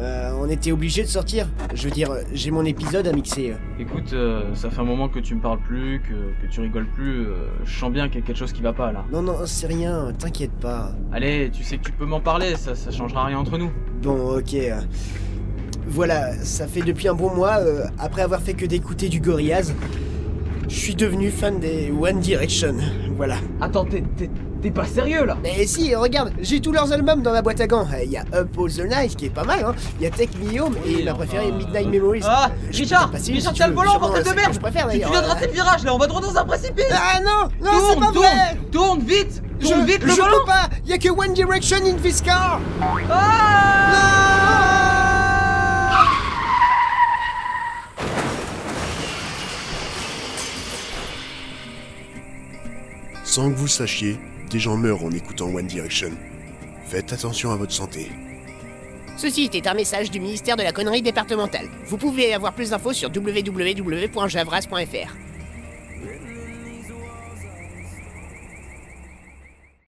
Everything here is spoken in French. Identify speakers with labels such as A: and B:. A: Euh, on était obligé de sortir. Je veux dire, euh, j'ai mon épisode à mixer. euh.
B: Écoute, euh, ça fait un moment que tu me parles plus, que, que tu rigoles plus. euh, je sens bien qu'il y a quelque chose qui va pas là.
A: Non, non, c'est rien, t'inquiète pas.
B: Allez, tu sais que tu peux m'en parler, ça, ça changera rien entre nous.
A: Bon, ok. euh. Voilà, ça fait depuis un bon mois, euh, après avoir fait que d'écouter du Gorillaz, je suis devenu fan des One Direction. Voilà.
B: Attends, t'es, t'es- t'es pas sérieux là
A: Mais si, regarde, j'ai tous leurs albums dans ma boîte à gants. Il y a Up All the Night qui est pas mal, hein. Il y a Take Me Home et
B: Oui,
A: ma
B: enfin,
A: préférée Midnight
B: euh,
A: Memories.
B: Ah,
A: Je peux
B: Richard,
A: te passer une
B: Richard,
A: si
B: t'as
A: tu
B: le
A: veux,
B: volant,
A: justement,
B: bordel de
A: c'est que
B: merde
A: Je préfère
B: Tu
A: d'ailleurs.
B: viens de rater le virage là, on va droit dans un précipice
A: Ah non, non, c'est
B: Tourne,
A: pas
B: tourne,
A: vrai.
B: tourne vite Tourne vite le
A: je
B: volant
A: peux pas, y a que One Direction in this car.
C: Sans que vous le sachiez, des gens meurent en écoutant One Direction. Faites attention à votre santé.
D: Ceci était un message du ministère de la Connerie départementale. Vous pouvez avoir plus d'infos sur www.javras.fr.